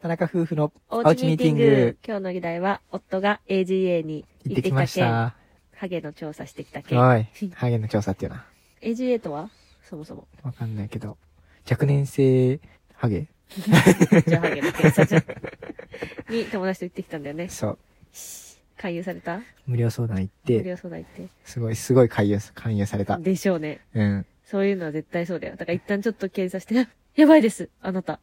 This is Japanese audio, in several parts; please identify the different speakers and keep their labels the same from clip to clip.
Speaker 1: 田中夫婦のお
Speaker 2: おう
Speaker 1: う
Speaker 2: ち
Speaker 1: ち
Speaker 2: ミ
Speaker 1: ミ
Speaker 2: ー
Speaker 1: ー
Speaker 2: テ
Speaker 1: ティ
Speaker 2: ィン
Speaker 1: ン
Speaker 2: グ
Speaker 1: グ。
Speaker 2: 今日の議題は、夫が AGA に
Speaker 1: 行ってきまし
Speaker 2: 件
Speaker 1: た。
Speaker 2: ハゲの調査してきた件。
Speaker 1: おい、ハーゲンの調査っていうな。
Speaker 2: AGA とはそもそも。
Speaker 1: わかんないけど。若年性、ハゲ
Speaker 2: じゃあハゲの検査じゃ んに友達と行ってきたんだよね。
Speaker 1: そう。
Speaker 2: 勧誘された
Speaker 1: 無料相談行っ
Speaker 2: 無
Speaker 1: て、
Speaker 2: 料相談行って。
Speaker 1: すごい、すごい勧誘、勧誘された。
Speaker 2: でしょうね。
Speaker 1: うん。
Speaker 2: そういうのは絶対そうだよ。だから一旦ちょっと検査して、あやばいです、あなた。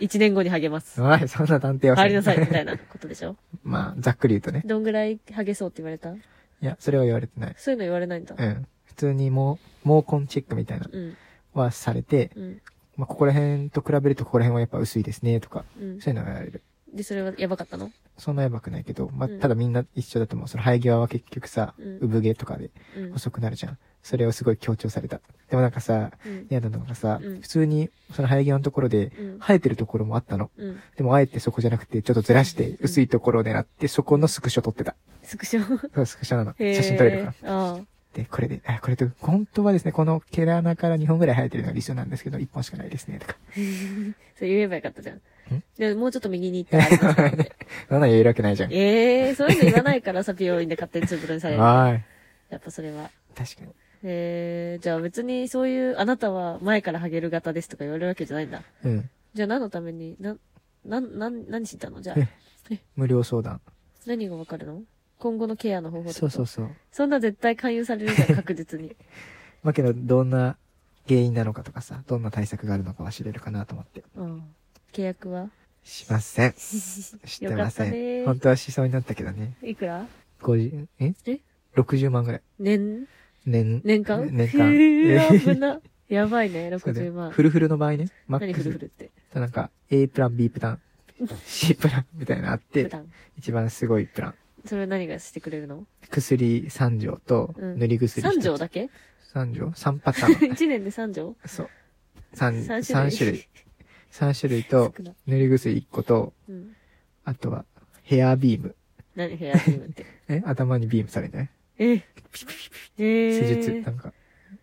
Speaker 2: 一年後にハゲます。
Speaker 1: おい、そんな探偵は
Speaker 2: 入りなさい、みたい
Speaker 1: な。
Speaker 2: なことでしょ。
Speaker 1: まあ、ざっくり言うとね。
Speaker 2: どんぐらいハゲそうって言われた
Speaker 1: いや、それは言われてない。
Speaker 2: そういうの言われないんだ。
Speaker 1: うん。普通にもう、毛根チェックみたいな、
Speaker 2: うん、
Speaker 1: はされて、
Speaker 2: うん、
Speaker 1: まあ、ここら辺と比べるとここら辺はやっぱ薄いですね、とか、
Speaker 2: うん。
Speaker 1: そういうのは言われる。
Speaker 2: で、それはやばかったの
Speaker 1: そんなやばくないけど、まあ、
Speaker 2: うん
Speaker 1: ただみんな一緒だと思う。その生え際は結局さ、
Speaker 2: うん
Speaker 1: 産毛とかで
Speaker 2: うん。
Speaker 1: 細くなるじゃん。それをすごい強調された。でもなんかさ、
Speaker 2: うん。
Speaker 1: 嫌なのがさ、
Speaker 2: うん
Speaker 1: 普通にその生え際のところで、
Speaker 2: うん。
Speaker 1: 生えてるところもあったの。
Speaker 2: うん。
Speaker 1: でもあえてそこじゃなくて、ちょっとずらして、薄いところを狙って、そこのスクショ撮ってた。
Speaker 2: スクショ。
Speaker 1: そう、スクショなの。
Speaker 2: へー
Speaker 1: 写真撮れるから。
Speaker 2: ああ。
Speaker 1: で、これで、あ、これと、本当はですね、この毛穴から2本ぐらい生えてるのが理想なんですけど、1本しかないですね、とか。
Speaker 2: それ言えばよかったじゃん。でももうちょっと右に行ったらあり ますからって。
Speaker 1: そんなん言えるわけないじゃん。
Speaker 2: ええー、そういうの言わないからさ、美容院で勝手につ ぶれにされる。や
Speaker 1: はい。
Speaker 2: っぱそれは。
Speaker 1: 確かに。
Speaker 2: ええー、じゃあ別にそういう、あなたは前からハゲる型ですとか言われるわけじゃないんだ。
Speaker 1: うん。
Speaker 2: じゃあ何のために、な、な、な、何知ったのじゃあ
Speaker 1: え。無料相談。
Speaker 2: 何がわかるの今後のケアの方法とか
Speaker 1: そうそう。そう。
Speaker 2: そんな絶対勧誘されるじゃん、確 実に。
Speaker 1: まあけど、どんな原因なのかとかさ、どんな対策があるのかは知れるかなと思って。
Speaker 2: うん。契 約は
Speaker 1: しません。知ってませ
Speaker 2: よかったね
Speaker 1: ん。
Speaker 2: ー
Speaker 1: 本当はしそうになったけどね。
Speaker 2: いくら
Speaker 1: 50、え
Speaker 2: え
Speaker 1: ?60 万ぐらい。
Speaker 2: 年、
Speaker 1: 年、
Speaker 2: 年間
Speaker 1: 年間
Speaker 2: へ
Speaker 1: え
Speaker 2: ー危な。やばいね、
Speaker 1: そうだよ
Speaker 2: 60万。
Speaker 1: フルフルの場合ね。マッ
Speaker 2: 何
Speaker 1: ク
Speaker 2: フ
Speaker 1: ス
Speaker 2: ルフ。ルって。
Speaker 1: なんか、A プラン、B プラ ン、C プランみたいなのあっ
Speaker 2: 普
Speaker 1: て、
Speaker 2: 段。
Speaker 1: 一番すごいプラン。
Speaker 2: それは何がしてくれるの
Speaker 1: 薬3錠と、
Speaker 2: うん
Speaker 1: 塗り薬。
Speaker 2: 三錠だけ
Speaker 1: ?3 錠 ?3 パターン。
Speaker 2: 一年で三錠
Speaker 1: そう。三
Speaker 2: 三
Speaker 1: 三
Speaker 2: 種類
Speaker 1: 種類。三種類 と
Speaker 2: 少、ない
Speaker 1: 塗り薬1個と、
Speaker 2: うん。
Speaker 1: あとは、ヘアビーム。
Speaker 2: 何ヘアクリームって。
Speaker 1: え頭にビームされない
Speaker 2: ええ
Speaker 1: 施術。なんか、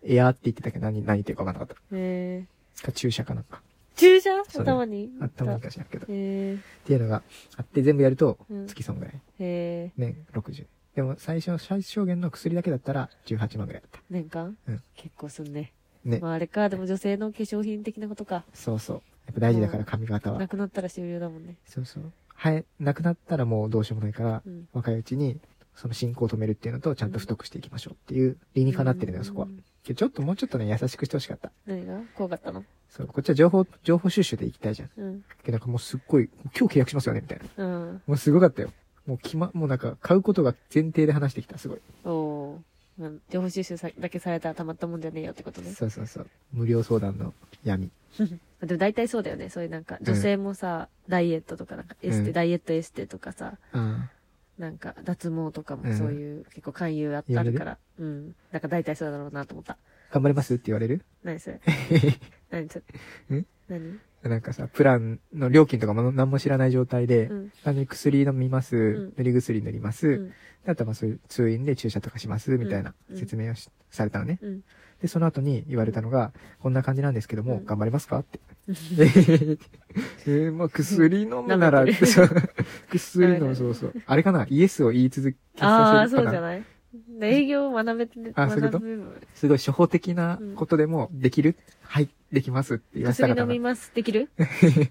Speaker 1: エアーって言ってたけど、何、何言ってるか分かんなかっ
Speaker 2: え
Speaker 1: た。か注射かなんか。
Speaker 2: 注射
Speaker 1: そうだよ
Speaker 2: 頭に
Speaker 1: 頭にかしらんけど。っ
Speaker 2: え
Speaker 1: ていうのがあって、全部やると
Speaker 2: う、ん
Speaker 1: 月そんぐらい。
Speaker 2: え
Speaker 1: 年60。でも、最初の最小限の薬だけだったら、18万ぐらいだった。
Speaker 2: 年間
Speaker 1: うん
Speaker 2: 結構すんね。
Speaker 1: ね
Speaker 2: まああれか、でも女性の化粧品的なことか。
Speaker 1: そうそう。やっぱ大事だから、髪型
Speaker 2: な
Speaker 1: は。
Speaker 2: くなったら終了だもんね。
Speaker 1: そうそう。生え、なくなったらもうどうしようもないから
Speaker 2: う、ん。
Speaker 1: 若いうちに、その進行を止めるっていうのと、ちゃんと太くしていきましょうっていう理にかなってるのよ、そこは
Speaker 2: う。ん
Speaker 1: けどちょっともうちょっとね、優しくしてほしかった。
Speaker 2: 何が怖かったの
Speaker 1: そう、こっちは情報、情報収集でいきたいじゃん。
Speaker 2: うん。
Speaker 1: けどなんかもうすっごい、今日契約しますよね、みたいな。
Speaker 2: うん。
Speaker 1: もうすごかったよ。もう決ま、もうなんか買うことが前提で話してきた、すごい。
Speaker 2: おーうん情報収集さだけされたらたまったもんじゃねえよってことね。
Speaker 1: そうそうそう。無料相談の闇。
Speaker 2: でも大体そうだよね。そういうなんか、女性もさ、ダイエットとか、なんかエステ、
Speaker 1: うん
Speaker 2: ダイエットエステとかさ、
Speaker 1: あ
Speaker 2: なんか、脱毛とか
Speaker 1: う
Speaker 2: も
Speaker 1: ん
Speaker 2: そういう、結構勧誘あ
Speaker 1: いろ
Speaker 2: あ
Speaker 1: いろ
Speaker 2: る
Speaker 1: ね
Speaker 2: から、うん。なんか大体そうだろうなと思った。
Speaker 1: あ、頑張りますって言われる
Speaker 2: 何それ何それ
Speaker 1: ん
Speaker 2: 何
Speaker 1: なんかさ、プランの料金とかも何も知らない状態で、
Speaker 2: うん。
Speaker 1: 単純に薬飲みます、
Speaker 2: ん
Speaker 1: 塗り薬塗ります、
Speaker 2: うん
Speaker 1: あとはまあそういう通院で注射とかします、みたいな
Speaker 2: うん
Speaker 1: 説明をしされたのね。
Speaker 2: うん。
Speaker 1: で、その後に言われたのが、こんな感じなんですけども、
Speaker 2: うん
Speaker 1: 頑張りますか って。えー、まあ薬飲むなら、
Speaker 2: 舐めてる
Speaker 1: そう薬飲
Speaker 2: 舐め
Speaker 1: む、
Speaker 2: て
Speaker 1: そう
Speaker 2: る
Speaker 1: そう。あれかなイエスを言い続け
Speaker 2: あ
Speaker 1: さ
Speaker 2: あ、
Speaker 1: せる
Speaker 2: そう
Speaker 1: か
Speaker 2: じゃ
Speaker 1: な
Speaker 2: ないで営業を学べて、
Speaker 1: あそういうこ
Speaker 2: 学
Speaker 1: と
Speaker 2: べ
Speaker 1: すごい初歩的なことでも、できる、はい、できますって言わせたかっ
Speaker 2: 薬
Speaker 1: た
Speaker 2: 飲
Speaker 1: な
Speaker 2: みます。でき る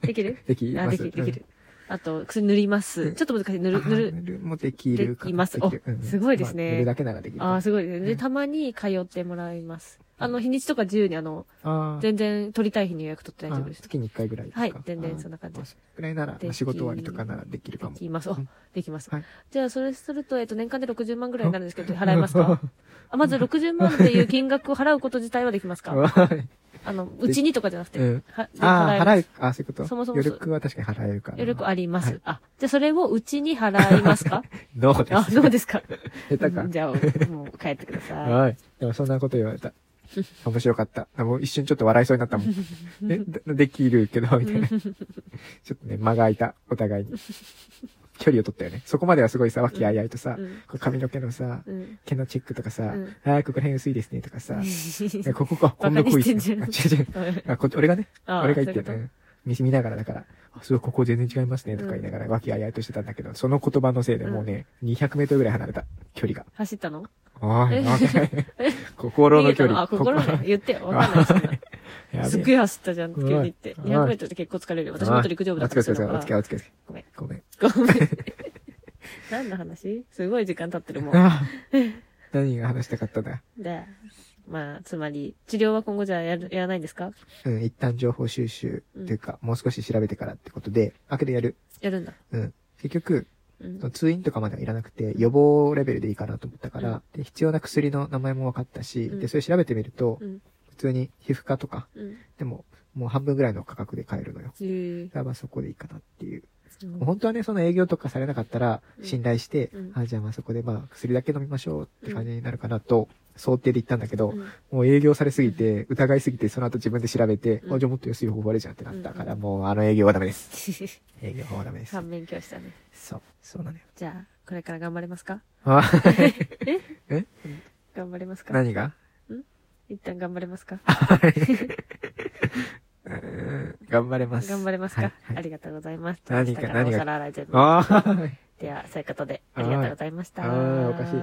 Speaker 2: できる
Speaker 1: でき
Speaker 2: あ、
Speaker 1: ま。
Speaker 2: ですきる、できる。あと、薬塗ります。ちょっと難しい。
Speaker 1: う
Speaker 2: 塗
Speaker 1: ん。
Speaker 2: る、塗
Speaker 1: あ
Speaker 2: る。
Speaker 1: ー塗るもできるか。
Speaker 2: できます
Speaker 1: でる
Speaker 2: お
Speaker 1: うん
Speaker 2: すごいですね
Speaker 1: まあ塗るだけならできる。
Speaker 2: ああ、すごいですね。
Speaker 1: う
Speaker 2: で、
Speaker 1: ん
Speaker 2: たまに通ってもらいます。あの、日にちとか自由に、あの、
Speaker 1: あー
Speaker 2: 全然取りたい日に予約取って大丈夫です
Speaker 1: あ。月に1回ぐらいですか。
Speaker 2: はい全然
Speaker 1: あー
Speaker 2: そんな感じ
Speaker 1: まあそれぐらいなら、まあ仕事終わりとかならできる
Speaker 2: で
Speaker 1: かも。
Speaker 2: きます。お
Speaker 1: うん
Speaker 2: できます。
Speaker 1: はい
Speaker 2: じゃあ、それすると、えっと、年間で60万ぐらいになるんですけど、払えます かあまず60万っていう金額を払うこと自体はできますか
Speaker 1: はい
Speaker 2: あの、うちにとかじゃなくて、
Speaker 1: うん
Speaker 2: は
Speaker 1: ああ、払
Speaker 2: え
Speaker 1: う、あそういうこと
Speaker 2: そもそも
Speaker 1: 余力は確かに払えるから。
Speaker 2: よりあります。
Speaker 1: はい
Speaker 2: あ、じゃあそれをうちに払い ますか
Speaker 1: どうで
Speaker 2: あ、
Speaker 1: す
Speaker 2: どうですか
Speaker 1: 下手か
Speaker 2: うん。じゃあ、もう帰ってく ださい。
Speaker 1: はい。でもそんなこと言われた。面白かった。もう一瞬ちょっと笑いそうになった もん。え、でできるけど、みたいな。ちょっとね、間が空いた、お互いに。距離を取ったよね。そこまではすごいさ、和気あいあいとさ、
Speaker 2: うん
Speaker 1: こう髪の毛のさ、
Speaker 2: うん。
Speaker 1: 毛のチェックとかさ、
Speaker 2: うん
Speaker 1: ああ、ここら辺薄いです ね、とかさ、ここか、こんな
Speaker 2: バカ
Speaker 1: 濃
Speaker 2: に
Speaker 1: い
Speaker 2: してん
Speaker 1: ですね。あ違う違う。あ、こっち、俺がね、
Speaker 2: あー
Speaker 1: 俺が言って
Speaker 2: そうい
Speaker 1: る。見見ながらだから、あ、すごい、ここ全然違いますね、とか言いながら、和気あいあいとしてたんだけど、その言葉のせいでもうね、200メートルぐらい離れた、距離が。
Speaker 2: 走ったの
Speaker 1: ああ、
Speaker 2: え
Speaker 1: やばい心の距離。
Speaker 2: あ、心
Speaker 1: こ
Speaker 2: の、言ってよ。わかんないそんな。
Speaker 1: こやべえ
Speaker 2: すっげえ走ったじゃん、急
Speaker 1: うわ
Speaker 2: に言って。
Speaker 1: うわ
Speaker 2: 200メートルって結構疲れるよ。私もっと陸上部だ
Speaker 1: お
Speaker 2: っ
Speaker 1: 疲れ様
Speaker 2: た
Speaker 1: です。お
Speaker 2: ら
Speaker 1: 疲れ様です。お疲れ様です。
Speaker 2: ごめん。
Speaker 1: ごめん。
Speaker 2: ごめん。 何の話すごい時間経ってる もん。
Speaker 1: あー何が話したかったんだ。
Speaker 2: で、まあ、つまり、治療は今後じゃあやるやらないんですか
Speaker 1: うん、一旦情報収集というか、もう少し調べてからってことで、あ、けどやる。
Speaker 2: やるんだ。
Speaker 1: うん。結局、
Speaker 2: うん
Speaker 1: その通院とかまではいらなくて、予防レベルでいいかなと思ったから、
Speaker 2: うん
Speaker 1: で必要な薬の名前も分かったし、
Speaker 2: うん
Speaker 1: で、それ調べてみると、
Speaker 2: うん
Speaker 1: 普通に皮膚科とか、
Speaker 2: うん。
Speaker 1: でも、もう半分ぐらいの価格で買えるのよ。
Speaker 2: へー
Speaker 1: だからまあそこでいいかなっていう。
Speaker 2: うん
Speaker 1: 本当はね、その営業とかされなかったら、
Speaker 2: うん
Speaker 1: 信頼して、
Speaker 2: うん
Speaker 1: あ、じゃあまあそこでまあ薬だけ飲みましょうって感じになるかなと、想定で行ったんだけど、
Speaker 2: うん
Speaker 1: もう営業されすぎて、疑いすぎて、その後自分で調べて、
Speaker 2: うん
Speaker 1: あ、じゃあもっと安い方法あるじゃんってなったから、
Speaker 2: うん
Speaker 1: もうあの営業はダメです。営業はダメです。
Speaker 2: 反面教師だね。
Speaker 1: そう、そうなのよ。
Speaker 2: じゃあ、これから頑張れますか
Speaker 1: あ、
Speaker 2: 頑張れますか
Speaker 1: 何が
Speaker 2: 一旦頑張れますか
Speaker 1: うーん頑張れます。
Speaker 2: 頑張れますか、
Speaker 1: はいはい
Speaker 2: ありがとうございます。
Speaker 1: 何か
Speaker 2: 下から
Speaker 1: 何が
Speaker 2: お皿洗い全部。
Speaker 1: ああ、
Speaker 2: では、そういうことで、ありがとうございました。
Speaker 1: はいあーおかしい